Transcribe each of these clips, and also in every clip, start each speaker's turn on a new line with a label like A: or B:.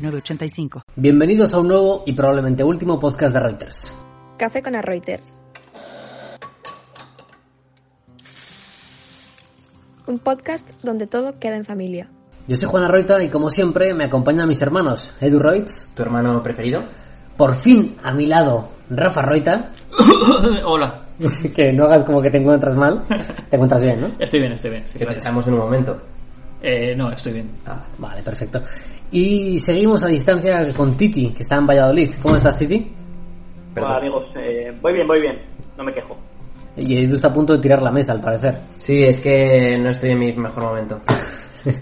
A: 985.
B: Bienvenidos a un nuevo y probablemente último podcast de Reuters.
C: Café con a Reuters. Un podcast donde todo queda en familia.
B: Yo soy Juana Reuter y como siempre me acompañan mis hermanos Edu Reuters,
D: tu hermano preferido.
B: Por fin a mi lado Rafa Reuter.
D: Hola.
B: que no hagas como que te encuentras mal. Te encuentras bien, ¿no?
D: Estoy bien, estoy bien. Sí,
E: que te echamos en un momento.
D: Eh, no, estoy bien.
B: Ah, vale, perfecto. Y seguimos a distancia con Titi, que está en Valladolid. ¿Cómo estás, Titi?
F: Hola, amigos. Eh, voy bien, voy bien. No me quejo.
B: Y Edu está a punto de tirar la mesa, al parecer.
E: Sí, es que no estoy en mi mejor momento.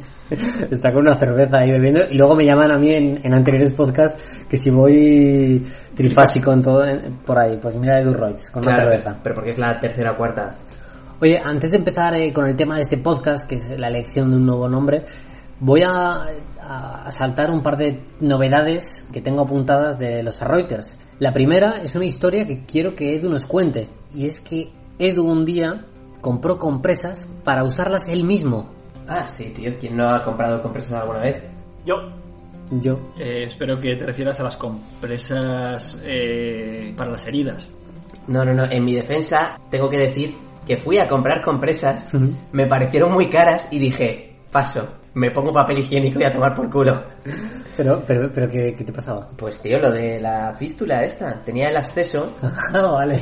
B: está con una cerveza ahí bebiendo. Y luego me llaman a mí en, en anteriores podcasts que si voy trifásico en todo, en, por ahí. Pues mira Edu Royce, con
E: Claro,
B: una cerveza.
E: pero porque es la tercera o cuarta.
B: Oye, antes de empezar eh, con el tema de este podcast, que es la elección de un nuevo nombre, voy a, a saltar un par de novedades que tengo apuntadas de los Reuters. La primera es una historia que quiero que Edu nos cuente, y es que Edu un día compró compresas para usarlas él mismo.
E: Ah, sí, tío. ¿Quién no ha comprado compresas alguna vez?
F: Yo,
B: Yo.
D: Eh, espero que te refieras a las compresas eh, para las heridas.
E: No, no, no. En mi defensa, tengo que decir que fui a comprar compresas, me parecieron muy caras y dije, paso, me pongo papel higiénico y a tomar por culo.
B: Pero, pero, pero ¿qué, qué te pasaba?
E: Pues, tío, lo de la fístula esta. Tenía el absceso
B: Ah, vale.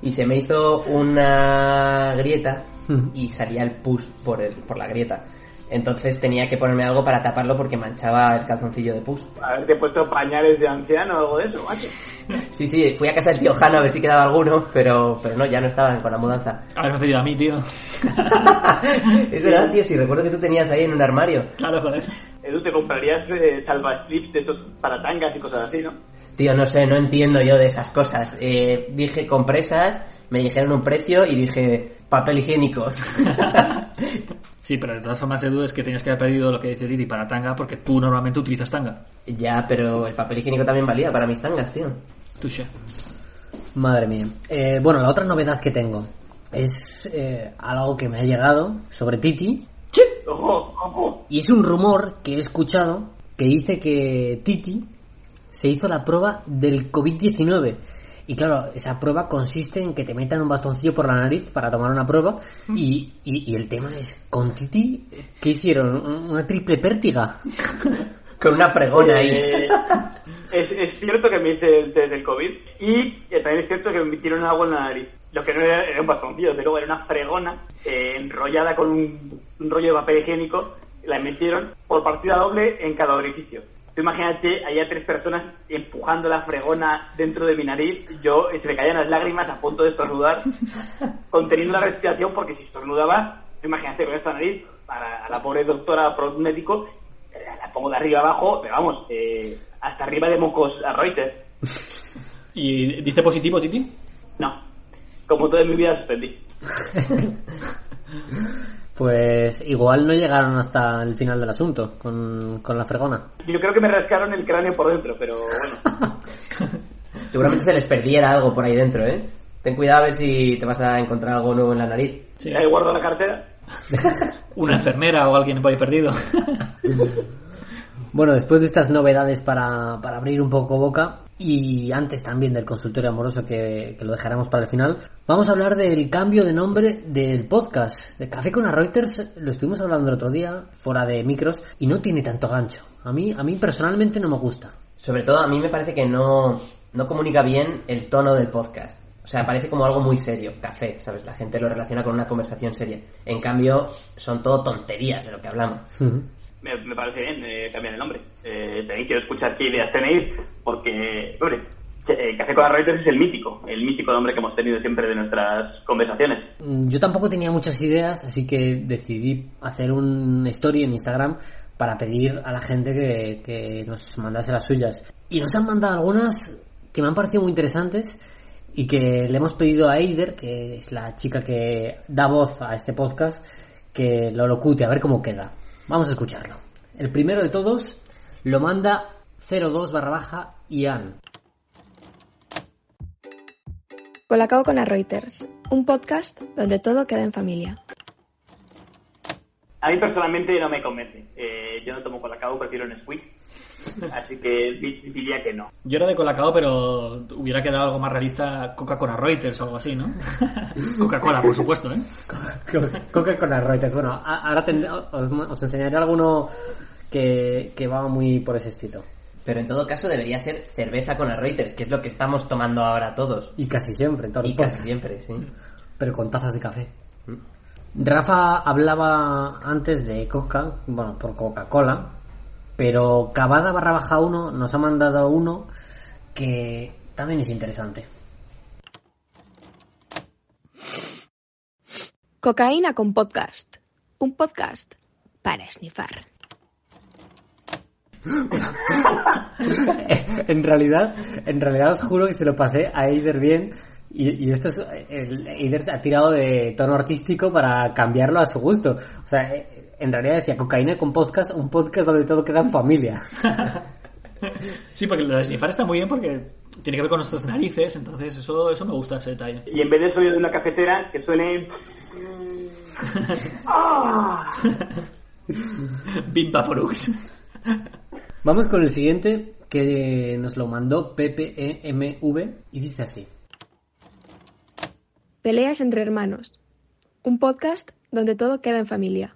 E: y se me hizo una grieta y salía el pus por, el, por la grieta. Entonces tenía que ponerme algo para taparlo porque manchaba el calzoncillo de pus.
F: haberte puesto pañales de anciano o algo de eso, macho.
E: Sí, sí, fui a casa del tío Jano a ver si quedaba alguno, pero, pero no, ya no estaban con la mudanza.
D: Haberme pedido a mí, tío.
E: Es verdad, tío, sí, recuerdo que tú tenías ahí en un armario.
D: Claro, joder.
F: Edu, te comprarías eh, salva slips de estos para tangas y cosas así, ¿no?
E: Tío, no sé, no entiendo yo de esas cosas. Eh, dije compresas, me dijeron un precio y dije papel higiénico.
D: Sí, pero de todas formas, Edu, es que tenías que haber pedido lo que dice Didi para tanga, porque tú normalmente utilizas tanga.
E: ya, pero el papel higiénico también valía para mis tangas, tío.
D: Touché.
B: Madre mía. Eh, bueno, la otra novedad que tengo es eh, algo que me ha llegado sobre Titi,
F: Ojo, ojo.
B: Y es un rumor que he escuchado que dice que Titi se hizo la prueba del COVID-19. Y claro, esa prueba consiste en que te metan un bastoncillo por la nariz para tomar una prueba.
E: Mm.
B: Y, y- y el tema es, ¿con Titi qué hicieron? ¿Un- ¿Una triple pértiga?
E: Con una fregona ahí.
F: Eh, es, es cierto que me hice el test del COVID y eh, también es cierto que me metieron agua en la nariz. Lo que no era, era un bastoncillo, desde luego era una fregona eh, enrollada con un, un rollo de papel higiénico. La metieron por partida doble en cada orificio. Tú imagínate, había tres personas empujando la fregona dentro de mi nariz. Yo eh, se me caían las lágrimas a punto de estornudar, conteniendo la respiración, porque si estornudaba, tú imagínate con esta nariz, para, a la pobre doctora pro- médico eh, la pongo de arriba abajo, pero vamos, eh, hasta arriba de mocos a Reuters.
D: ¿Y diste positivo, Titi?
F: No, como toda mi vida suspendí.
B: Pues igual no llegaron hasta el final del asunto con, con la fregona.
F: Yo creo que me rascaron el cráneo por dentro, pero bueno.
E: Seguramente se les perdiera algo por ahí dentro, ¿eh? Ten cuidado a ver si te vas a encontrar algo nuevo en la nariz.
D: Sí.
F: Ahí guardo la cartera.
D: Una enfermera o alguien por ahí perdido.
B: Bueno, después de estas novedades para, para abrir un poco boca y antes también del consultorio amoroso que, que lo dejaremos para el final, vamos a hablar del cambio de nombre del podcast. De Café con a Reuters lo estuvimos hablando el otro día fuera de micros y no tiene tanto gancho. A mí, a mí personalmente no me gusta.
E: Sobre todo a mí me parece que no, no comunica bien el tono del podcast. O sea, parece como algo muy serio, café, ¿sabes? La gente lo relaciona con una conversación seria. En cambio, son todo tonterías de lo que hablamos.
F: Me, me parece bien eh, cambiar el nombre. Eh, también quiero escuchar qué ideas tenéis, porque, hombre, eh, Café con las Reuters es el mítico, el mítico nombre que hemos tenido siempre de nuestras conversaciones.
B: Mm, Yo tampoco tenía muchas ideas, así que decidí hacer un story en Instagram para pedir a la gente que, que nos mandase las suyas. Y nos han mandado algunas que me han parecido muy interesantes y que le hemos pedido a Eider, que es la chica que da voz a este podcast, que lo locute, a ver cómo queda. Vamos a escucharlo. El primero de todos lo manda 02 barra baja Ian.
C: Colacao con a Reuters, un podcast donde todo queda en familia.
F: A mí personalmente no me convence. Eh, yo no tomo colacao, prefiero un squid. Así que di- diría que no.
D: Yo era de Colacao, pero hubiera quedado algo más realista Coca-Cola Reuters o algo así, ¿no? Coca-Cola, por supuesto, ¿eh?
B: Coca con las Reuters. Bueno, a- ahora tend- os, os enseñaré alguno que, que va muy por ese estilo.
E: Pero en todo caso debería ser cerveza con Reuters, que es lo que estamos tomando ahora todos.
B: Y casi siempre, en todos los
E: Y casi
B: podcasts.
E: siempre, sí. Mm.
B: pero con tazas de café. Rafa hablaba antes de Coca, bueno, por Coca-Cola, pero Cavada barra baja 1 nos ha mandado uno que también es interesante.
C: Cocaína con podcast, un podcast para esnifar.
B: en realidad, en realidad os juro que se lo pasé a Eider bien y, y esto es, el, Eider se ha tirado de tono artístico para cambiarlo a su gusto. O sea, eh, en realidad decía cocaína con podcast, un podcast donde todo queda en familia.
D: Sí, porque lo de snifar está muy bien porque tiene que ver con nuestras narices, entonces eso, eso me gusta ese detalle.
F: Y en vez de sonido de una cafetera, que suene... ¡Ah!
D: Bim Vaporux.
B: Vamos con el siguiente que nos lo mandó PPEMV y dice así.
C: Peleas entre hermanos, un podcast donde todo queda en familia.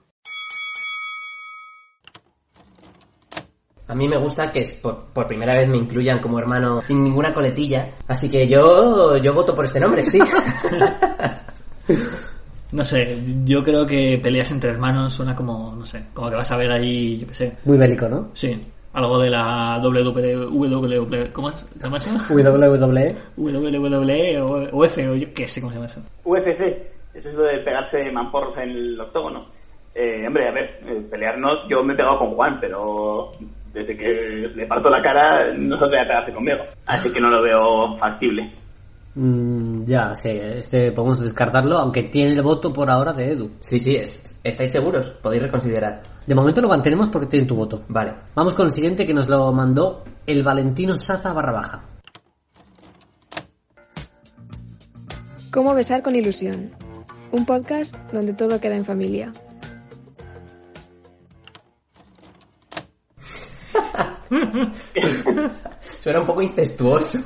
E: A mí me gusta que es por, por primera vez me incluyan como hermano sin ninguna coletilla. Así que yo, yo voto por este nombre, sí.
D: No sé, yo creo que peleas entre hermanos suena como, no sé, como que vas a ver ahí, yo qué sé.
B: Muy bélico, ¿no?
D: Sí, algo de la WWE, ¿cómo es? ¿Cómo es?
B: WWE.
D: WWE o, o F, o yo qué sé cómo se llama eso.
F: UFC, eso es lo de pegarse mamporros en el octógono. Eh, hombre, a ver, eh, pelearnos, yo me he pegado con Juan, pero desde que le parto la cara, no se atreve a pegarse conmigo. Así que no lo veo factible.
B: Mm, ya, sí, este podemos descartarlo, aunque tiene el voto por ahora de Edu.
E: Sí, sí, es- estáis seguros, podéis reconsiderar.
B: De momento lo mantenemos porque tiene tu voto.
E: Vale.
B: Vamos con el siguiente que nos lo mandó el Valentino Saza barra baja.
C: Cómo besar con ilusión, un podcast donde todo queda en familia.
E: Suena un poco incestuoso.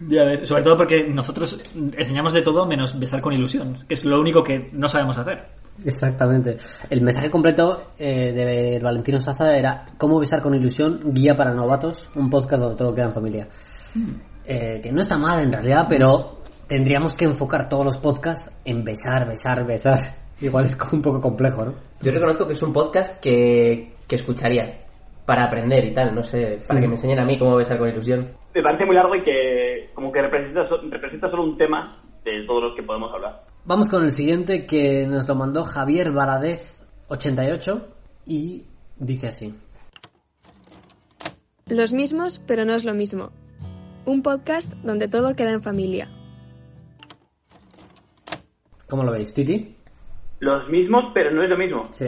D: Ya ves, sobre todo porque nosotros enseñamos de todo menos besar con ilusión, que es lo único que no sabemos hacer.
B: Exactamente. El mensaje completo eh, de Valentino Saza era Cómo besar con ilusión, guía para novatos, un podcast donde todo queda en familia. Eh, que no está mal en realidad, pero tendríamos que enfocar todos los podcasts en besar, besar, besar. Igual es como un poco complejo, ¿no?
E: Yo reconozco que es un podcast que, que escucharía para aprender y tal, no sé, para que me enseñen a mí cómo besar con ilusión.
F: Me parece muy largo y que como que representa, so- representa solo un tema de todos los que podemos hablar.
B: Vamos con el siguiente que nos lo mandó Javier Baradez 88 y dice así.
C: Los mismos, pero no es lo mismo. Un podcast donde todo queda en familia.
B: ¿Cómo lo veis, Titi?
F: Los mismos, pero no es lo mismo.
B: Sí.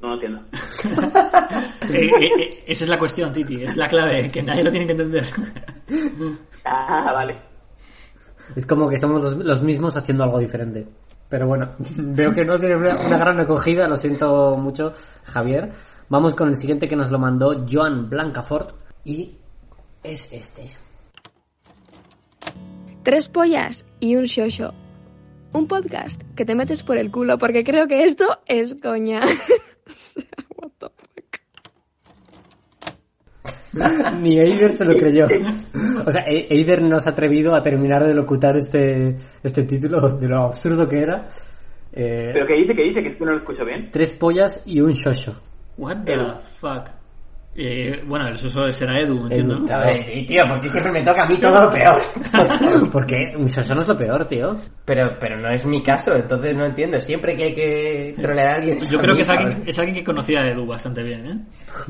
F: No lo entiendo.
D: Eh, eh, eh, esa es la cuestión, Titi, es la clave, que nadie lo tiene que entender.
F: Ah, vale.
B: Es como que somos los, los mismos haciendo algo diferente. Pero bueno, veo que no tiene una, una gran acogida, lo siento mucho, Javier. Vamos con el siguiente que nos lo mandó Joan Blancafort y es este.
C: Tres pollas y un shosho. Un podcast que te metes por el culo porque creo que esto es coña. O sea, what the fuck.
B: Ni Eider se lo creyó. O sea, E- Eider no se ha atrevido a terminar de locutar este, este título, de lo absurdo que era. Eh,
F: este ¿Pero qué dice? ¿Qué dice? Que es que no lo escucho bien.
B: Tres pollas y un shosho.
D: What the
F: El-
D: fuck. Eh, bueno, el soso será Edu, entiendo.
B: Edu,
D: ¿no?
E: A ver, y, tío, porque siempre me toca a mí todo lo peor.
B: Porque un Soso no es lo peor, tío.
E: Pero, pero no es mi caso, entonces no entiendo. Siempre que hay que trolear a alguien.
D: Yo creo que es
E: a mí,
D: alguien, es alguien que conocía a Edu bastante bien, ¿eh?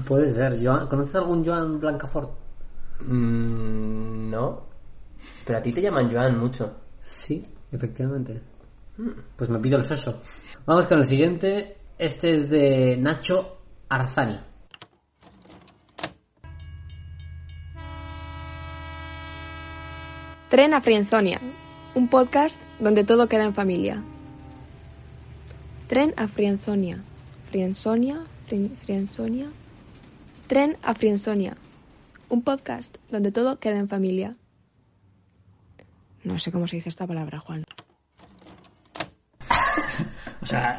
B: Puede ser. Joan- ¿Conoces algún Joan Blancafort?
E: cabrón. Mm, no. Pero a ti te llaman Joan mucho. Hmm.
B: Sí, efectivamente. Pues me pido el soso. Vamos con el siguiente. Este es de Nacho Arzani.
C: Tren a Frienzonia, un podcast donde todo queda en familia. Tren a Frienzonia. Frienzonia, Frien- Frienzonia. Tren a Frienzonia, un podcast donde todo queda en familia. No sé cómo se dice esta palabra, Juan.
D: O sea,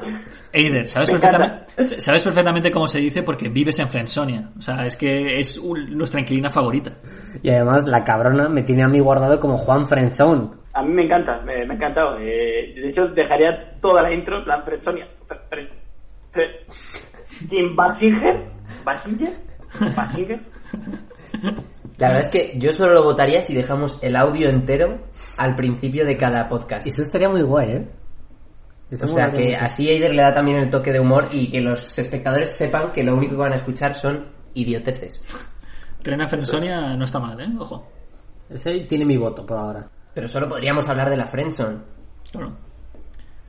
D: Eider, ¿sabes
F: Me encanta.
D: perfectamente, sabes perfectamente cómo se dice porque vives en Frensonia. O sea, es que es un- nuestra inquilina favorita.
B: Y además la cabrona me tiene a mí guardado como Juan Frenzón.
F: A mí me encanta, me, me ha encantado. Eh, de hecho, dejaría toda la intro, en plan Fresonia. ¿Quién? ¿Basinger? ¿Basinger? ¿Basinger?
E: La verdad es que yo solo lo votaría si dejamos el audio entero al principio de cada podcast.
B: Eso estaría muy guay, ¿eh? Eso
E: O sea
B: molaría
E: que
B: mucho.
E: así Eider le da también el toque de humor y que los espectadores sepan que lo único que van a escuchar son idioteces.
D: Tren a Frensonia no está mal, ¿eh? Ojo.
B: Ese tiene mi voto por ahora.
E: Pero solo podríamos hablar de la Friendzone.
D: Claro.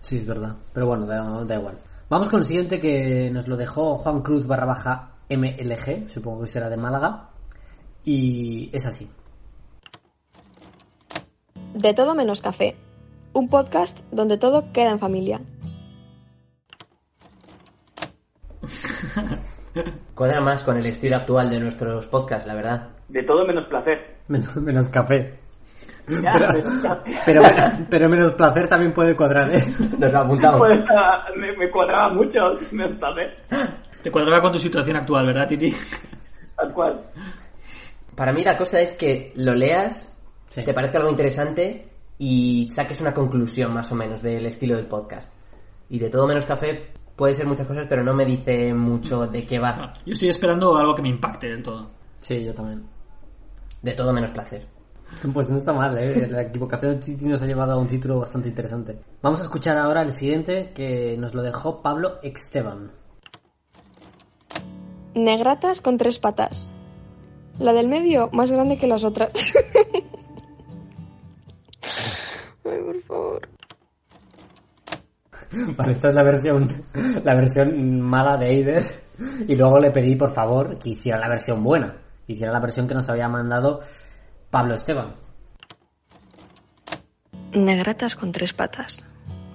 B: Sí, es verdad. Pero bueno, da, da igual. Vamos con el siguiente que nos lo dejó Juan Cruz barra baja MLG. Supongo que será de Málaga. Y es así.
C: De todo menos café, un podcast donde todo queda en familia.
E: Cuadra más con el estilo actual de nuestros podcasts, la verdad.
F: De todo menos placer.
B: Menos, menos café.
F: Ya, menos placer.
B: Pero, pero menos placer también puede cuadrar, ¿eh?
E: Nos lo apuntamos.
F: Pues, ah, me, me cuadraba mucho, menos placer.
D: Te cuadraba con tu situación actual, ¿verdad, Titi?
F: Tal cual.
E: Para mí la cosa es que lo leas,
B: Sí.
E: te parezca algo interesante y saques una conclusión más o menos del estilo del podcast. Y de todo menos café puede ser muchas cosas, pero no me dice mucho de qué va.
D: Yo estoy esperando algo que me impacte del todo.
B: Sí, yo también.
E: De todo menos placer.
B: Pues no está mal, ¿eh? La equivocación de Titi nos ha llevado a un título bastante interesante. Vamos a escuchar ahora el siguiente que nos lo dejó Pablo Esteban.
C: Negratas con tres patas. La del medio más grande que las otras. Ay, por favor.
B: Vale, esta es la versión, la versión mala de Eider. Y luego le pedí, por favor, que hiciera la versión buena. Que hiciera la versión que nos había mandado Pablo Esteban.
C: Negratas con tres patas.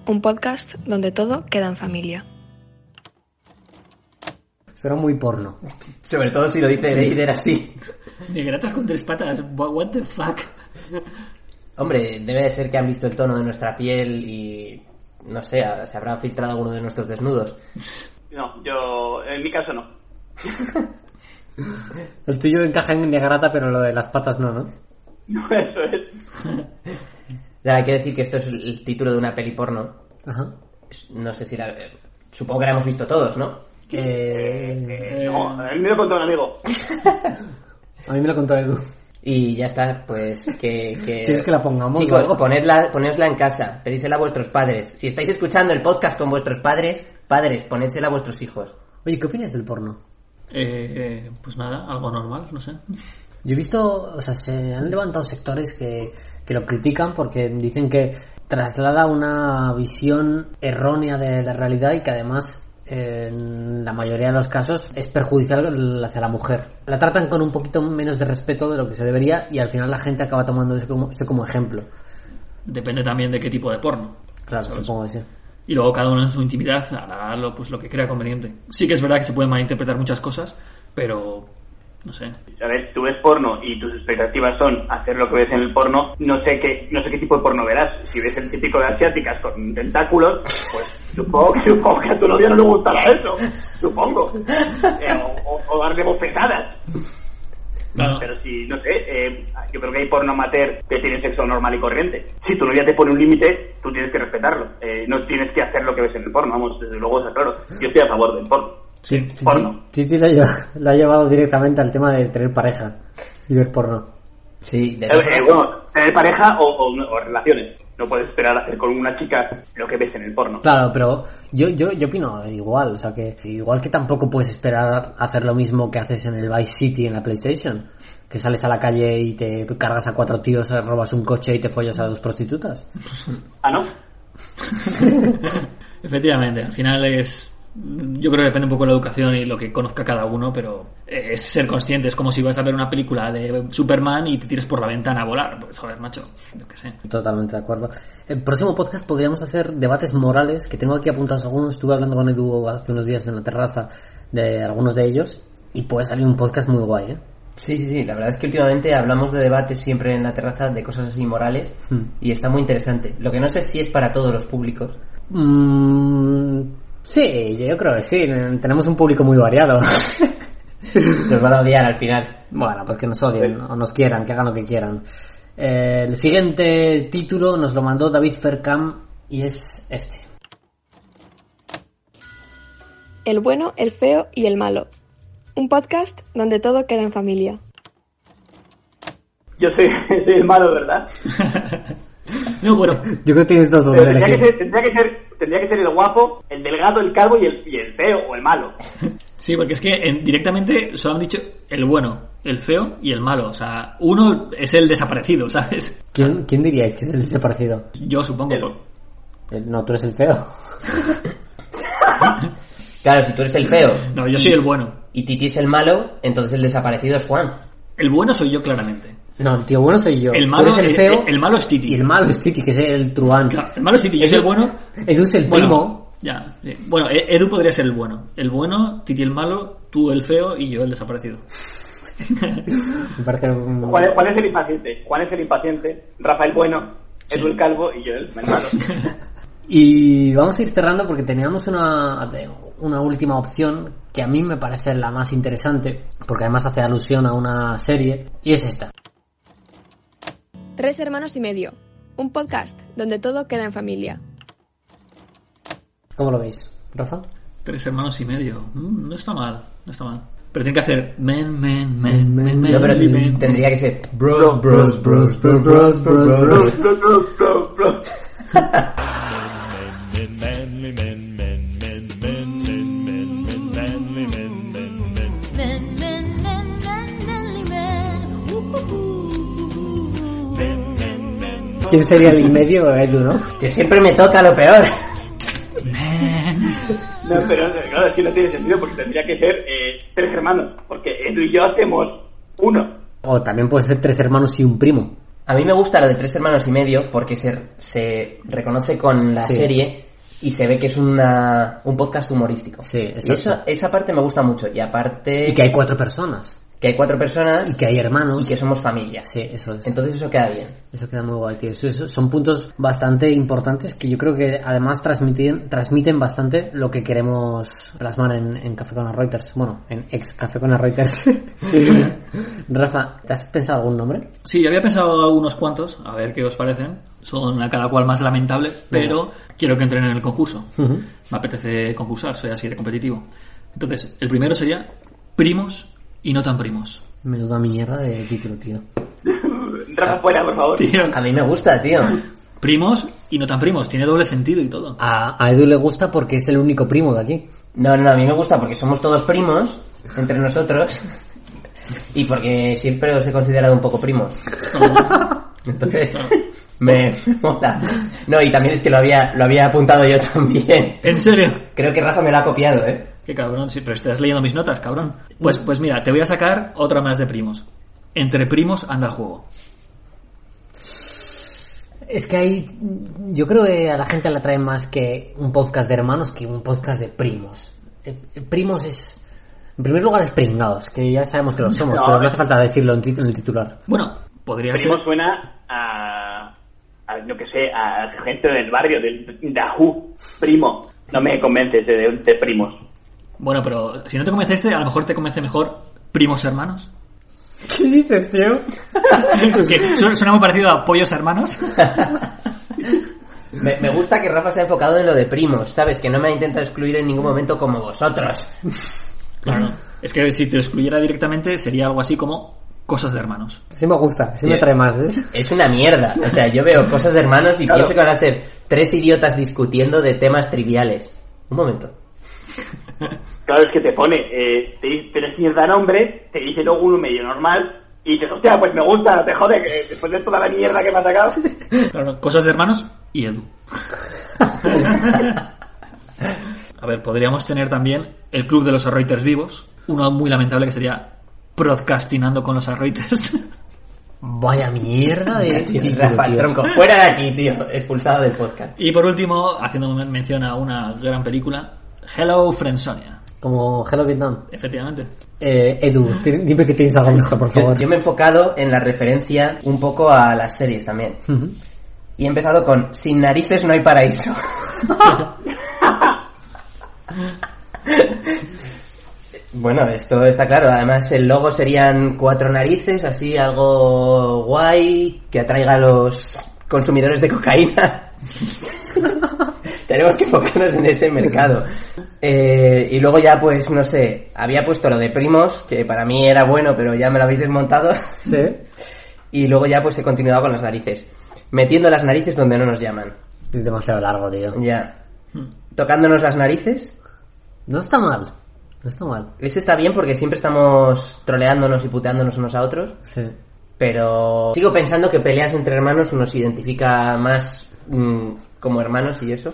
C: Un podcast donde todo queda en familia.
B: Suena muy porno.
E: Sobre todo si lo dice Leider así.
D: Negratas con tres patas. Wha- What the fuck?
E: Hombre, debe de ser que han visto el tono de nuestra piel y... No sé, se habrá filtrado alguno de nuestros desnudos.
F: No, yo, en mi caso no.
B: El tuyo encaja en negrata, pero lo de las patas no, ¿no?
F: No, eso es.
E: Nada, hay que decir que esto es el título de una peli porno.
B: Ajá.
E: No sé si la... eh, Supongo que la hemos visto todos, ¿no?
B: Eh,
D: Eh,
F: No, a mí me lo contó un amigo.
B: a mí me lo contó Edu.
E: Y ya está, pues que... que...
B: ¿Quieres que la pongamos o
E: Chicos,
B: algo?
E: ponedla, ponéosla en casa, pedísela a vuestros padres. Si estáis escuchando el podcast con vuestros padres, padres, ponédsela a vuestros hijos.
B: Oye, ¿qué opinas del porno?
D: eh, eh, pues nada, algo normal, no sé.
B: Yo he visto, o sea, se han levantado sectores que, que lo critican porque dicen que traslada una visión errónea de la realidad y que además eh, en la mayoría de los casos es perjudicial hacia la mujer. La tratan con un poquito menos de respeto de lo que se debería y al final la gente acaba tomando eso como, eso como ejemplo.
D: Depende también de qué tipo de porno.
B: Claro, supongo que sí.
D: Y luego cada uno en su intimidad hará lo, pues, lo que crea conveniente. Sí que es verdad que se pueden malinterpretar muchas cosas, pero no sé.
F: A ver, tú ves porno y tus expectativas son hacer lo que ves en el porno. No sé qué, no sé qué tipo de porno verás. Si ves el típico de asiáticas con tentáculos, pues supongo, que- supongo que a tu novia no le gustará eso. Supongo. Eh, o, o- o darle bofetadas.
D: Claro.
F: Pero si, no sé, eh, yo creo que hay porno amateur que tiene sexo normal y corriente. Si tu novia te pone un límite, tú tienes que respetarlo. Eh, no tienes que hacer lo que ves en el porno, vamos, desde luego, está claro. Yo estoy a favor del porno.
D: Sí, porno.
B: Titi lo, lle- lo ha llevado directamente al tema de tener pareja y ver porno.
E: Sí, de
F: Eh,
E: todas
F: eh,
E: formas-
F: bueno, tener pareja o, o- o relaciones. No puedes esperar a hacer con una chica lo que ves en el porno.
B: Claro, pero yo, yo, yo opino igual, o sea que igual que tampoco puedes esperar a hacer lo mismo que haces en el Vice City en la PlayStation, que sales a la calle y te cargas a cuatro tíos, robas un coche y te follas a dos prostitutas.
F: Ah, ¿no?
D: Efectivamente, al final es. Yo creo que depende un poco de la educación y lo que conozca cada uno, pero es ser consciente. Es como si vas a ver una película de Superman y te tires por la ventana a volar. Pues joder, macho, yo qué sé.
B: Totalmente de acuerdo. El próximo podcast podríamos hacer debates morales, que tengo aquí apuntados algunos. Estuve hablando con Edu hace unos días en la terraza de algunos de ellos y puede salir un podcast muy guay, ¿eh?
E: Sí, sí, sí. La verdad es que últimamente hablamos de debates siempre en la terraza de cosas así morales
B: Hmm.
E: y está muy interesante. Lo que no sé si es para todos los públicos.
B: Mm, sí, yo creo que sí. Tenemos un público muy variado.
E: Nos van a odiar al final.
B: Bueno, pues que nos odien o nos quieran, que hagan lo que quieran. Eh, el siguiente título nos lo mandó David Fercam y es este.
C: El bueno, el feo y el malo. Un podcast donde todo queda en familia.
F: Yo soy, soy el malo, ¿verdad?
D: No, bueno,
B: Yo creo que tienes dos
F: Pero tendría, que ser, tendría, que ser, tendría que ser el guapo, el delgado, el calvo y el, y el feo o el malo.
D: sí, porque es que en- directamente solo han dicho el bueno, el feo y el malo. O sea, uno es el desaparecido, ¿sabes?
B: ¿Quién, quién diríais que es el desaparecido?
D: Yo supongo.
F: El-
B: Eh, No, tú eres el feo.
E: Claro, si tú eres el feo
D: No, yo soy el bueno.
E: y Titi es el malo, entonces el desaparecido es Juan.
D: El bueno soy yo, claramente.
B: No, el tío bueno soy yo.
D: El
B: Tú
D: malo-
B: eres el
D: el-
B: feo.
D: el- el malo es Titi.
B: Y el malo es Titi, que es el truán.
D: Claro, el malo es Titi, yo soy el bueno.
B: Edu es el
D: Bueno,
B: primo.
D: Ya, sí. Bueno, E- Edu podría ser el bueno. El bueno, Titi el malo, tú el feo y yo el desaparecido.
B: Me parece un-
F: ¿Cuál, es- cuál es el impaciente? ¿Cuál es el impaciente? Rafael Bueno, Edu el calvo y yo el malo.
B: Y vamos a ir cerrando porque teníamos una, una última opción que a mí me parece la más interesante, porque además hace alusión a una serie, y es esta.
C: Tres hermanos y medio. Un podcast donde todo queda en familia.
B: ¿Cómo lo veis, Rafa?
D: Tres hermanos y medio. Mm, no está mal, no está mal. Pero tiene que hacer men, men, men, men, men.
E: No, pero
D: men, men.
E: tendría que ser bros, bros, bros, bros, bros, bros, bros.
F: Bro, bro, bro, bro.
G: Manly men, men, men, men, men, men, men, manly men, men, men.
H: Men, men, men, men, manly men. Ooh, ooh, ooh, ooh.
B: ¿Quién sería el en medio? Edu, ¿no?
E: Que siempre me toca lo peor.
F: No, pero claro, es que no tiene sentido porque tendría que ser eh, tres hermanos. Porque Edu y yo hacemos uno.
B: O también puede ser tres hermanos y un primo.
E: A mí me gusta lo de tres hermanos y medio porque se, se reconoce con la
B: Sí.
E: serie y se ve que es una, un podcast humorístico.
B: Sí,
E: y eso,
B: exacto.
E: esa parte me gusta mucho. Y aparte
B: Y que hay cuatro personas.
E: que hay cuatro personas
B: Y que hay hermanos.
E: y que somos familias.
B: Sí, eso es.
E: Entonces eso queda bien.
B: Eso queda muy guay, tío. Eso- eso- son puntos bastante importantes que yo creo que además transmiten, transmiten bastante lo que queremos plasmar en, en Café con las Reuters. Bueno, en ex Café con las Reuters. Rafa, ¿te has pensado algún nombre?
D: Sí, yo había pensado unos cuantos, a ver qué os parecen. Son a cada cual más lamentable, pero quiero que entren en el concurso. Me apetece concursar, soy así de competitivo. Entonces, el primero sería primos y no tan primos.
B: Menuda mierda de título, tío.
F: Rafa fuera, por favor.
D: Tío,
E: A mí me gusta, tío.
D: primos y no tan primos, tiene doble sentido y todo.
B: A, a Edu le gusta porque es el único primo de aquí.
E: No, no, a mí me gusta porque somos todos primos entre nosotros y porque siempre os he considerado un poco primos. Entonces, me mola. No, y también es que lo había, lo había apuntado yo también.
D: ¿En serio?
E: Creo que Rafa me lo ha copiado, ¿eh?
D: Qué cabrón, sí, pero estás leyendo mis notas, cabrón. Pues, pues mira, te voy a sacar otra más de primos. Entre primos anda el juego.
B: Es que hay, yo creo que a la gente le atrae más que un podcast de hermanos que un podcast de primos. Eh, eh, Primos es, en primer lugar es pringados, que ya sabemos que lo somos,
F: No,
B: pero no
F: es-
B: hace falta decirlo en, tit- en el titular.
D: Bueno, podría ser.
F: Primo suena a, a, yo que sé, a gente del barrio, del Dahu, primo. No me convences de, de primos.
D: Bueno, pero si no te convence este, a lo mejor te convence mejor primos hermanos.
B: ¿Qué dices, tío?
D: que su- suena muy parecido a pollos hermanos.
E: Me, me gusta que Rafa se ha enfocado en lo de primos, ¿sabes? Que no me ha intentado excluir en ningún momento como vosotros.
D: Claro. Es que si te excluyera directamente sería algo así como cosas de hermanos.
B: Sí me gusta, sí me
E: Sí.
B: trae más, ¿ves?
E: Es una mierda. O sea, yo veo cosas de hermanos y pienso que van a ser tres idiotas discutiendo de temas triviales. Un momento.
F: Claro, es que te pone, eh, te dice tres mierda nombre, te dice luego uno medio normal, y dices, hostia, pues me gusta, no te jode, que después de toda la mierda que me ha sacado.
D: Claro, cosas de hermanos y Edu. A ver, podríamos tener también el Club de los Arroiters Vivos. Uno muy lamentable que sería Broadcastinando con los Arroiters.
B: Vaya mierda de
E: Tío,
B: título,
E: Rafa, el
B: tío.
E: tronco. Fuera de aquí, tío. Expulsado del podcast.
D: Y por último, haciendo men- mención a una gran película, Hello Friendsonia.
B: Como Hello Vietnam.
D: Efectivamente.
B: Eh, Edu, ti- dime que tienes algo mejor, por
E: Yo,
B: favor.
E: yo me he enfocado en la referencia un poco a las series también.
B: Ujú.
E: Y he empezado con Sin narices no hay paraíso. bueno, esto está claro. Además, el logo serían cuatro narices, así algo guay que atraiga a los consumidores de cocaína. Tenemos que enfocarnos en ese mercado. Eh, y luego ya, pues, no sé, había puesto lo de primos, que para mí era bueno, pero ya me lo habéis desmontado.
B: Sí.
E: Y luego ya pues he continuado con las narices. Metiendo las narices donde no nos llaman.
B: Es demasiado largo, tío.
E: Ya. Tocándonos las narices.
B: No está mal. No está mal.
E: Ese está bien porque siempre estamos troleándonos y puteándonos unos a otros.
B: Sí.
E: Pero sigo pensando que peleas entre hermanos nos identifica más mm, como hermanos y eso.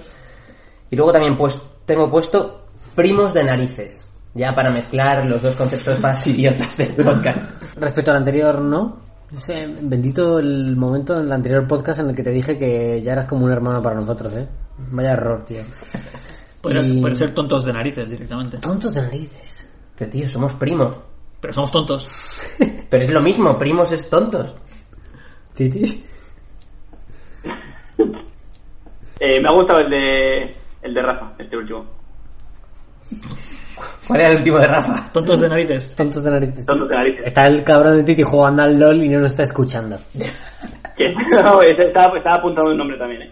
E: Y luego también pues tengo puesto primos de narices. Ya para mezclar los dos conceptos más idiotas del podcast.
B: Respecto al anterior, no. Es, eh, bendito el momento en el anterior podcast en el que te dije que ya eras como un hermano para nosotros, eh. Vaya error, tío.
D: Podrías-
B: Y-
D: Pueden ser tontos de narices directamente.
B: Tontos de narices.
E: Pero tío, somos primos.
D: Pero somos tontos.
E: Pero es lo mismo, primos es tontos.
B: Titi.
F: Eh, me ha gustado el de, el de Rafa, este último.
E: ¿Cuál era el último de Rafa?
D: Tontos de narices.
B: Tontos de narices.
F: Tontos de narices.
B: Está el cabrón de Titi jugando al LOL y no nos está escuchando.
F: Que- no, ese estaba, estaba apuntando el nombre también, eh.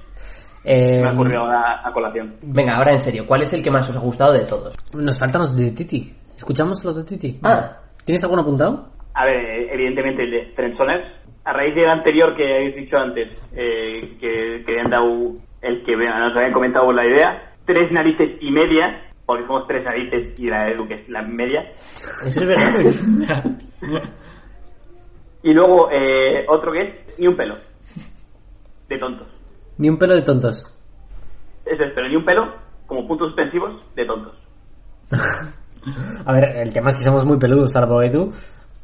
B: Eh,
F: Me ha ocurrido ahora a colación.
E: Venga, ahora en serio, ¿cuál es el que más os ha gustado de todos?
B: nos faltan los de Titi. ¿Escuchamos los de Titi?
E: Ah.
B: ¿Tienes alguno apuntado?
F: A ver, eh, evidentemente el de Trenzoners. A raíz del anterior que habéis dicho antes, eh, que, que habían dado el que nos habían comentado la idea, tres narices y media, porque somos tres narices y la de Edu, que es la media.
E: Eso es verdad.
F: Y luego eh, otro que es ni un pelo. De tontos.
B: Ni un pelo de tontos.
F: Eso es, pero ni un pelo, como puntos suspensivos, de tontos.
B: A ver, el tema es que somos muy peludos, salvo Edu.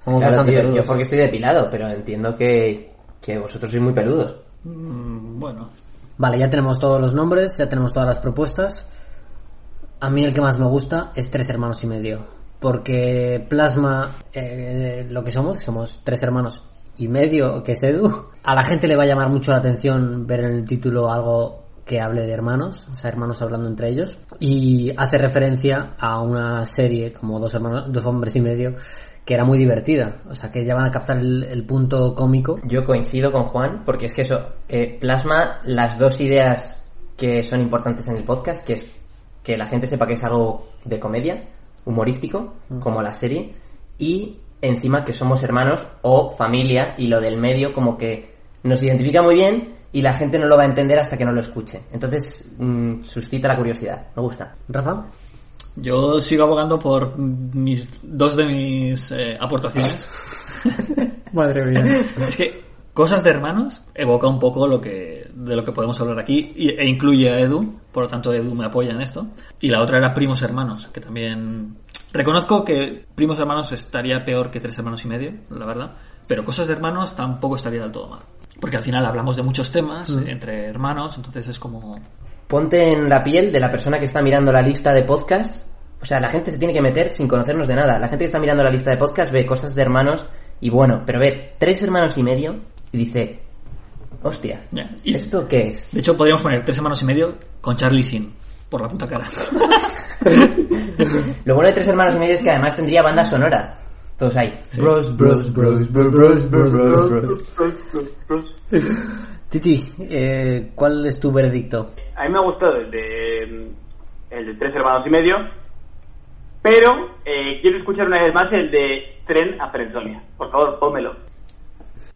B: Somos
E: Claro,
B: bastante
E: tío,
B: peludos.
E: yo porque estoy depilado, pero entiendo que, que vosotros sois muy peludos.
D: Mm, bueno.
B: Vale, ya tenemos todos los nombres, ya tenemos todas las propuestas. A mí el que más me gusta es Tres Hermanos y Medio. Porque plasma eh, lo que somos, que somos tres hermanos y medio, que es Edu. A la gente le va a llamar mucho la atención ver en el título algo que hable de hermanos, o sea, hermanos hablando entre ellos. Y hace referencia a una serie como Dos, hermanos, dos Hombres y Medio, que era muy divertida. O sea, que ya van a captar el, el punto cómico.
E: Yo coincido con Juan, porque es que eso eh, plasma las dos ideas que son importantes en el podcast, que es que la gente sepa que es algo de comedia, humorístico, como la serie, y encima que somos hermanos o familia, y lo del medio como que nos identifica muy bien y la gente no lo va a entender hasta que no lo escuche. Entonces mm, suscita la curiosidad, me gusta.
B: Rafa,
D: Yo sigo abogando por mis dos de mis eh, aportaciones.
B: Madre mía.
D: Es que cosas de hermanos evoca un poco lo que de lo que podemos hablar aquí y- e incluye a Edu, por lo tanto Edu me apoya en esto. Y la otra era primos hermanos, que también reconozco que primos hermanos estaría peor que tres hermanos y medio, la verdad, pero cosas de hermanos tampoco estaría del todo mal, porque al final hablamos de muchos temas
B: Mm.
D: entre hermanos, entonces es como
E: Ponte en la piel de la persona que está mirando la lista de podcasts. O sea, la gente se tiene que meter sin conocernos de nada. La gente que está mirando la lista de podcasts ve cosas de hermanos y bueno, pero ve tres hermanos y medio y dice, hostia,
D: Ya, y-
E: ¿esto qué es?
D: de hecho podríamos poner tres hermanos y medio con Charlie Sin por la puta cara.
E: Lo bueno de tres hermanos y medio es que además tendría banda sonora. Todos ahí.
G: Bros, bros, bros, bros, bros, bros, bros, bros.
B: Titi, eh, ¿cuál es tu veredicto?
F: A mí me ha gustado el de, el de Tres Hermanos y Medio, pero eh, quiero escuchar una vez más el de Tren a Frenzonia. Por favor, pónmelo.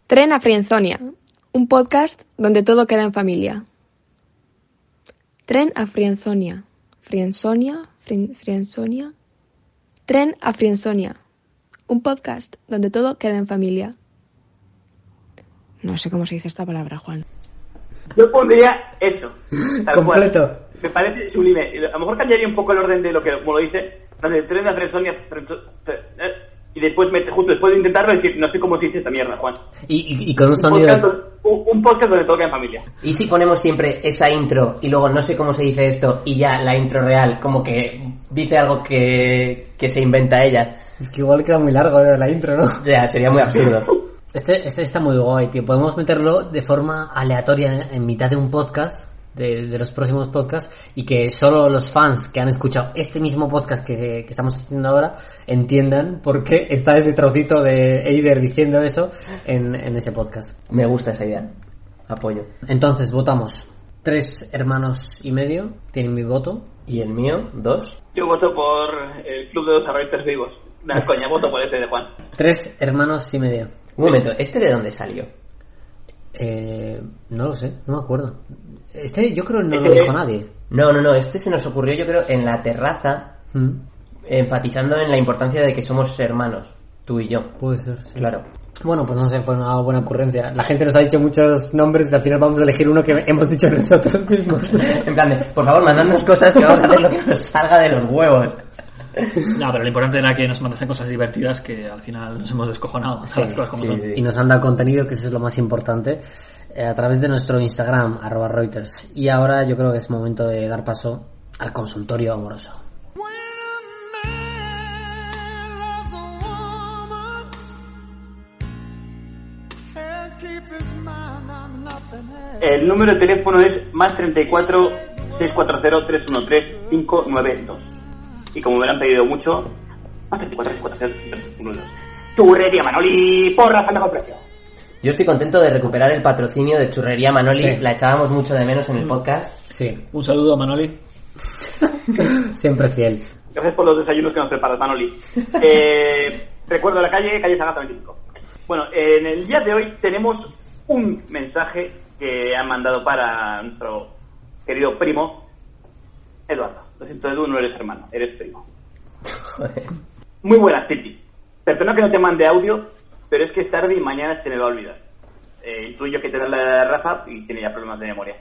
C: Tren a Frienzonia, un podcast donde todo queda en familia. Tren a Frienzonia, Frienzonia, Frien- Frienzonia. Tren a Frienzonia, un podcast donde todo queda en familia. No sé cómo se dice esta palabra, Juan.
F: Yo pondría eso. tal cual.
B: Completo.
F: Me parece sublime. A lo mejor cambiaría un poco el orden de lo que como lo dice. No sé, Tren a Frenzonia. Frenzo- Fre- eh, y después, me- justo después de intentarlo, decir, no sé cómo se dice esta mierda, Juan.
B: Y, y- y con un
F: Un podcast,
B: sonido...
F: un- un podcast donde todo queda en familia.
E: ¿Y si ponemos siempre esa intro y luego no sé cómo se dice esto y ya la intro real como que dice algo que, que se inventa ella?
B: Es que igual queda muy largo eh, la intro, ¿no?
E: Ya, sería muy absurdo.
B: Este, este está muy guay, tío. Podemos meterlo de forma aleatoria en, en mitad de un podcast, de, de los próximos podcasts, y que solo los fans que han escuchado este mismo podcast que, se- que estamos haciendo ahora entiendan por qué está ese trocito de Eider diciendo eso en, en ese podcast.
E: Me gusta esa idea. Apoyo.
B: Entonces, votamos. Tres hermanos y medio tienen mi voto.
E: ¿Y el mío? ¿Dos?
F: Yo voto por el Club de los Arroyos Vivos. No, es coña, voto por ese de Juan.
B: Tres hermanos y medio.
E: Un momento, ¿este de dónde salió?
B: Eh, no lo sé, no me acuerdo. Este yo creo que no lo dijo nadie.
E: No, no, no, este se nos ocurrió yo creo en la terraza,
B: Mm,
E: enfatizando en la importancia de que somos hermanos, tú y yo.
B: puede ser, sí.
E: Claro.
B: Bueno, pues no sé, fue una buena ocurrencia. La gente nos ha dicho muchos nombres y al final vamos a elegir uno que hemos dicho nosotros mismos.
E: En plan de, por favor, mandadnos cosas que vamos a hacer lo que nos salga de los huevos.
D: No, pero lo importante era que nos mandasen cosas divertidas que al final nos hemos descojonado. ¿sabes? Cosas como
E: sí,
D: son.
E: sí.
B: y nos han dado contenido, que eso es lo más importante, eh, a través de nuestro Instagram, arroba Reuters. Y ahora yo creo que es momento de dar paso al consultorio amoroso.
F: El número de teléfono es más 34 640 313 592. Y como me lo han pedido mucho, más 34 640 312. Churrería Manoli, porras a mejor precio.
E: Yo estoy contento de recuperar el patrocinio de Churrería Manoli,
B: Sí.
E: la echábamos mucho de menos
F: Mm.
E: en el podcast.
B: Sí,
D: Un saludo, Manoli.
B: siempre fiel.
F: Gracias por los desayunos que nos preparas, Manoli. Eh, recuerdo la calle, calle Sagasta 25. Bueno, en el día de hoy tenemos un mensaje que han mandado para nuestro querido primo, Eduardo. Lo siento, Edu, no eres hermano, eres primo. Muy buenas, Titi. Perdona que no te mande audio, pero es que es tarde y mañana se me va a olvidar. Eh, intuyo que te da la Rafa y tiene ya problemas de memoria.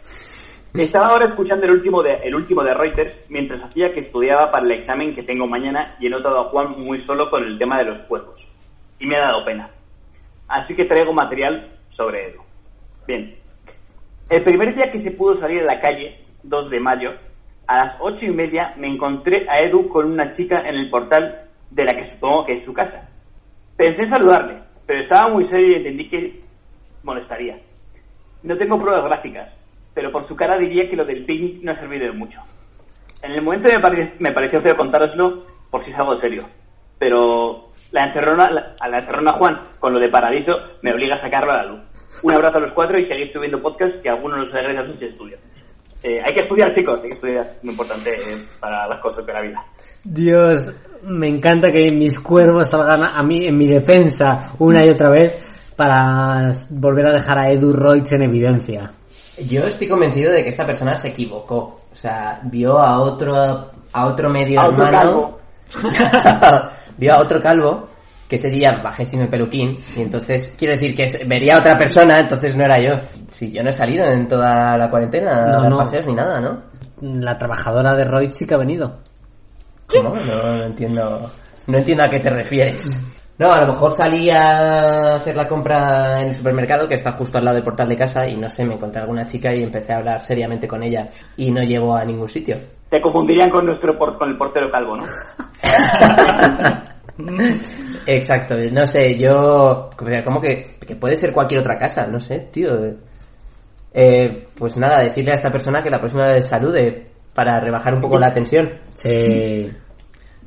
F: Estaba ahora escuchando el último de el último de Reuters mientras hacía que estudiaba para el examen que tengo mañana y he notado a Juan muy solo con el tema de los cuerpos. Y me ha dado pena. Así que traigo material sobre Edu. Bien. El primer día que se pudo salir a la calle, 2 de mayo, a las ocho y media me encontré a Edu con una chica en el portal de la que supongo que es su casa. Pensé en saludarle, pero estaba muy serio y entendí que molestaría. No tengo pruebas gráficas, pero por su cara diría que lo del picnic no ha servido de mucho. En el momento me, pare- me pareció feo contároslo por si es algo serio, pero la encerrona, la- a la encerrona Juan con lo de Paradiso me obliga a sacarlo a la luz. Un abrazo a los cuatro y seguir subiendo podcast que algunos los regresa a sus estudios. Eh, hay que estudiar, chicos, hay que estudiar, es muy importante eh, para las cosas de la vida.
B: Dios, me encanta que mis cuervos salgan a mí en mi defensa una y otra vez para volver a dejar a Edu Roitz en evidencia.
E: Yo estoy convencido de que esta persona se equivocó. O sea, vio a otro, a otro medio
F: A otro
E: hermano. vio a otro calvo, que ese día bajé sin el peluquín, y entonces quiero decir que es- vería a otra persona, entonces no era yo. Sí, yo no he salido en toda la cuarentena
B: No,
E: a dar
B: no.
E: paseos ni nada, ¿no?
B: La trabajadora de Roitz sí que ha venido.
E: ¿Cómo? No, no entiendo. No entiendo a qué te refieres. No, a lo mejor salí a hacer la compra en el supermercado que está justo al lado del portal de casa y no sé, me encontré alguna chica y empecé a hablar seriamente con ella y no llegó a ningún sitio.
F: Te confundirían con, nuestro por- con el portero calvo, ¿no?
E: Exacto, no sé, yo... Como que, que puede ser cualquier otra casa, no sé, tío. Eh, pues nada, decirle a esta persona que la próxima vez salude para rebajar un poco la tensión.
B: Sí.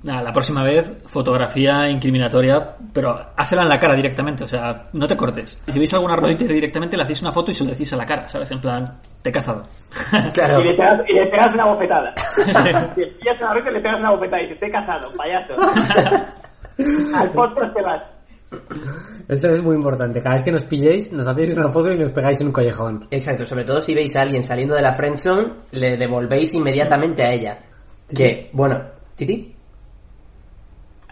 D: Nada, la próxima vez, fotografía incriminatoria, pero hásela en la cara directamente, o sea, no te cortes. Si veis alguna Reuter directamente, le hacéis una foto y se lo decís a la cara, ¿sabes? En plan, te he cazado.
E: Claro.
F: Y le, pegas, y le pegas una bofetada. Si pillas una roca, le pegas una bofetada y dices, te he casado, payaso. Al postre te vas.
B: Eso es muy importante. Cada vez que nos pilléis, nos hacéis una foto y nos pegáis en un collejón.
E: Exacto, sobre todo si veis a alguien saliendo de la friendzone, le devolvéis inmediatamente a ella. Que, bueno, Titi,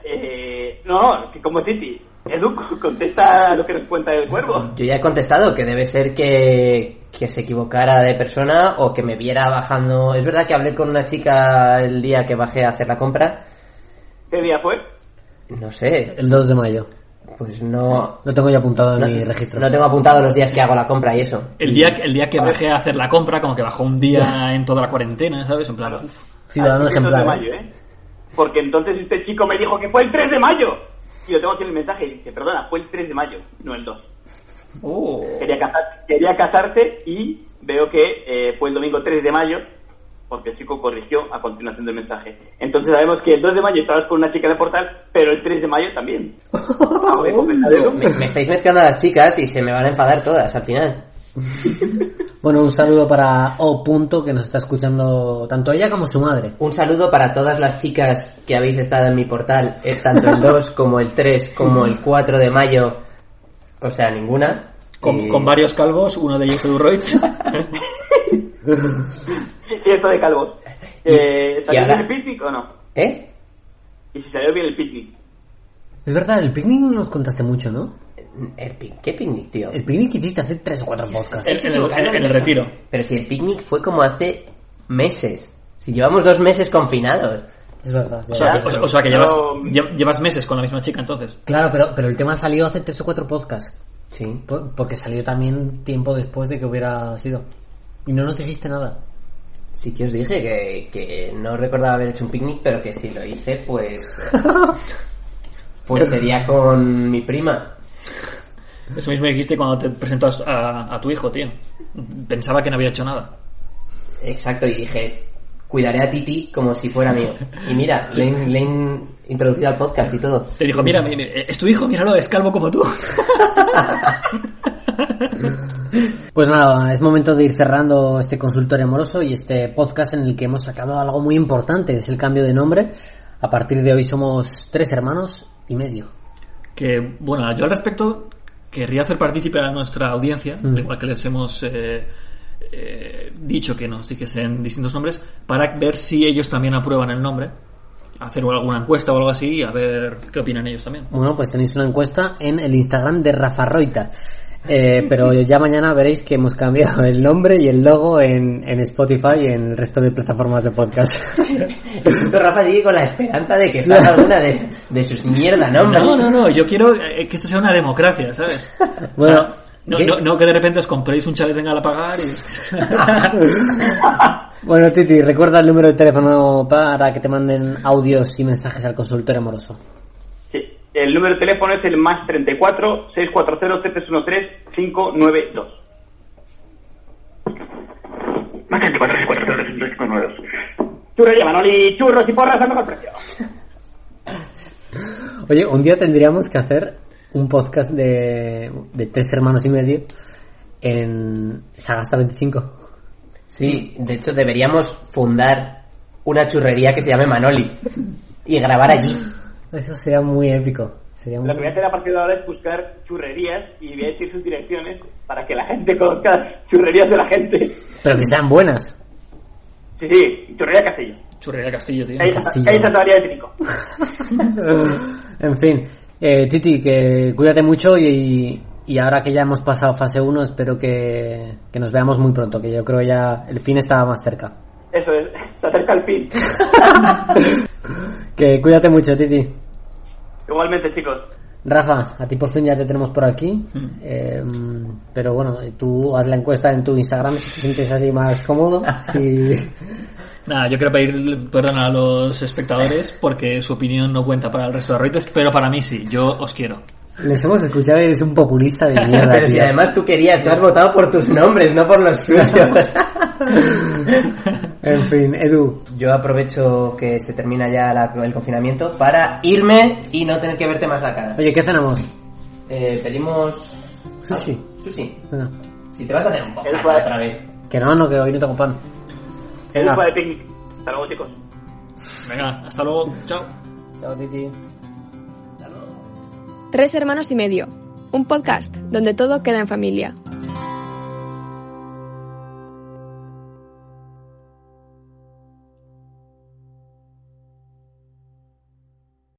F: Eh, no, que como Titi. Edu, contesta lo que nos cuenta el cuervo.
E: yo ya he contestado que debe ser que, que se equivocara de persona o que me viera bajando. Es verdad que hablé con una chica el día que bajé a hacer la compra.
F: ¿Qué día fue?
E: No sé,
B: El 2 de mayo.
E: pues no...
B: Lo tengo ya apuntado en
E: No,
B: mi registro.
E: no tengo apuntado los días que hago la compra y eso.
D: El día, el día que bajé a hacer la compra, como que bajó un día en toda la cuarentena, ¿sabes? En plan, uf.
B: Ciudadano
F: Ah, sí, el 2 de
B: ejemplar.
F: mayo, ¿eh? Porque entonces este chico me dijo que fue el 3 de mayo. Y yo tengo aquí el mensaje y dice, perdona, fue el 3 de mayo, no el 2.
D: oh.
F: Quería, casar- quería casarse y veo que eh, fue el domingo 3 de mayo, porque el chico corrigió a continuación del mensaje. Entonces sabemos que el 2 de mayo estabas con una chica de portal, pero el 3 de mayo también. Ah, voy a comentar
E: Digo,
F: eso.
E: Me, me estáis mezclando a las chicas y se me van a enfadar todas al final.
B: Bueno, un saludo para O. Punto, que nos está escuchando tanto ella como su madre.
E: Un saludo para todas las chicas que habéis estado en mi portal, eh, tanto el 2 como el 3 como el 4 de mayo. O sea, ninguna.
D: Con,
E: Y-
D: con varios calvos, uno de ellos Edu Roitz.
F: Sí, sí, esto de calvo. Eh,
E: y
F: ¿Salió
E: ahora?
F: bien el picnic o no?
E: ¿Eh?
F: Y si salió bien el picnic.
B: Es verdad, el picnic no nos contaste mucho, ¿no?
E: El pic- ¿Qué picnic, tío?
B: El picnic que hiciste hace tres o cuatro podcasts.
D: En el, en el retiro.
E: Pero si el picnic fue como hace meses. Si llevamos dos meses confinados.
B: Es verdad. es
D: O sea,
B: verdad.
D: o- o sea que
F: Pero-
D: llevas, lle- llevas meses con la misma chica entonces.
B: Claro, pero, pero el tema salió hace tres o cuatro podcasts.
E: Sí. pues,
B: por- Porque salió también tiempo después de que hubiera sido. Y no nos dijiste nada.
E: Sí que os dije que, que no recordaba haber hecho un picnic, pero que si lo hice, pues... pues sería con mi prima.
D: Eso mismo dijiste cuando te presentó a, a- a tu hijo, tío. Pensaba que no había hecho nada.
E: Exacto, y dije, cuidaré a Titi como si fuera mío. Y mira, le, he- le he in- introducido al podcast y todo.
D: Te dijo, mira, mi- mi- es tu hijo, míralo, es calvo como tú.
B: Pues nada, es momento de ir cerrando este consultorio amoroso y este podcast en el que hemos sacado algo muy importante, es el cambio de nombre. A partir de hoy somos tres hermanos y medio.
D: Que, bueno, yo al respecto querría hacer partícipe a nuestra audiencia, al igual que les hemos eh, eh, dicho que nos dijesen distintos nombres, para ver si ellos también aprueban el nombre, hacer alguna encuesta o algo así y a ver qué opinan ellos también.
B: Bueno, pues tenéis una encuesta en el Instagram de Rafa Roita. Eh, pero ya mañana veréis que hemos cambiado el nombre y el logo en, en Spotify y en el resto de plataformas de podcast.
E: Pero Rafa sigue con la esperanza de que salga alguna de, de sus mierda nombres.
D: No, no, no, yo quiero eh, que esto sea una democracia, ¿sabes?
B: Bueno,
D: O sea, no,
B: ¿qué?
D: no, no que de repente os compréis un chalet en Galapagar y...
B: Bueno, Titi, recuerda el número de teléfono para que te manden audios y mensajes al consultorio amoroso.
F: Sí. El número de teléfono es el más 34 640 313 592. Más 34 640 592. Churros y Manoli, churros y porras al mejor precio.
B: Oye, un día tendríamos que hacer un podcast de, de tres hermanos y medio en Sagasta 25.
E: Sí, de hecho deberíamos fundar una churrería que se llame Manoli y grabar allí.
B: Eso sería muy épico. Sería muy...
F: Lo que voy a hacer a partir de ahora es buscar churrerías y voy a decir sus direcciones para que la gente conozca las churrerías de la gente.
B: Pero que sean buenas.
F: Sí, sí, churrería Castillo.
D: Churrería Castillo, tío.
F: Ahí está,
B: Castillo.
F: ahí está todavía de Trico.
B: en fin, eh, Titi, que cuídate mucho y, y ahora que ya hemos pasado fase 1, espero que, que nos veamos muy pronto, que yo creo ya el fin estaba más cerca.
F: Eso es, se acerca el fin.
B: Que cuídate mucho, Titi.
F: Igualmente, chicos.
B: Rafa, a ti por fin ya te tenemos por aquí,
E: Mm.
B: Eh, pero bueno, tú haz la encuesta en tu Instagram si te sientes así más cómodo. si-
D: Nada, yo quiero pedir perdón a los espectadores porque su opinión no cuenta para el resto de redes, pero para mí sí, yo os quiero.
B: Les hemos escuchado y eres un populista de mierda.
E: Pero si
B: tío.
E: además tú querías, tú has votado por tus nombres, no por los suyos.
B: En fin, Edu,
E: Yo aprovecho que se termina ya la- el confinamiento para irme y no tener que verte más la cara.
B: oye, ¿qué cenamos?
E: Eh, pedimos... Ah.
B: Sushi.
E: Sushi.
B: Venga.
E: Si te vas a hacer un
F: Él
E: bocata
F: fue-
E: otra vez.
B: Que no, no, que hoy no tengo pan.
F: Es
B: Venga.
F: para de picnic. Hasta luego, chicos.
D: Venga, hasta luego. Chao.
E: Chao, Titi.
C: Tres hermanos y medio. Un podcast donde todo queda en familia.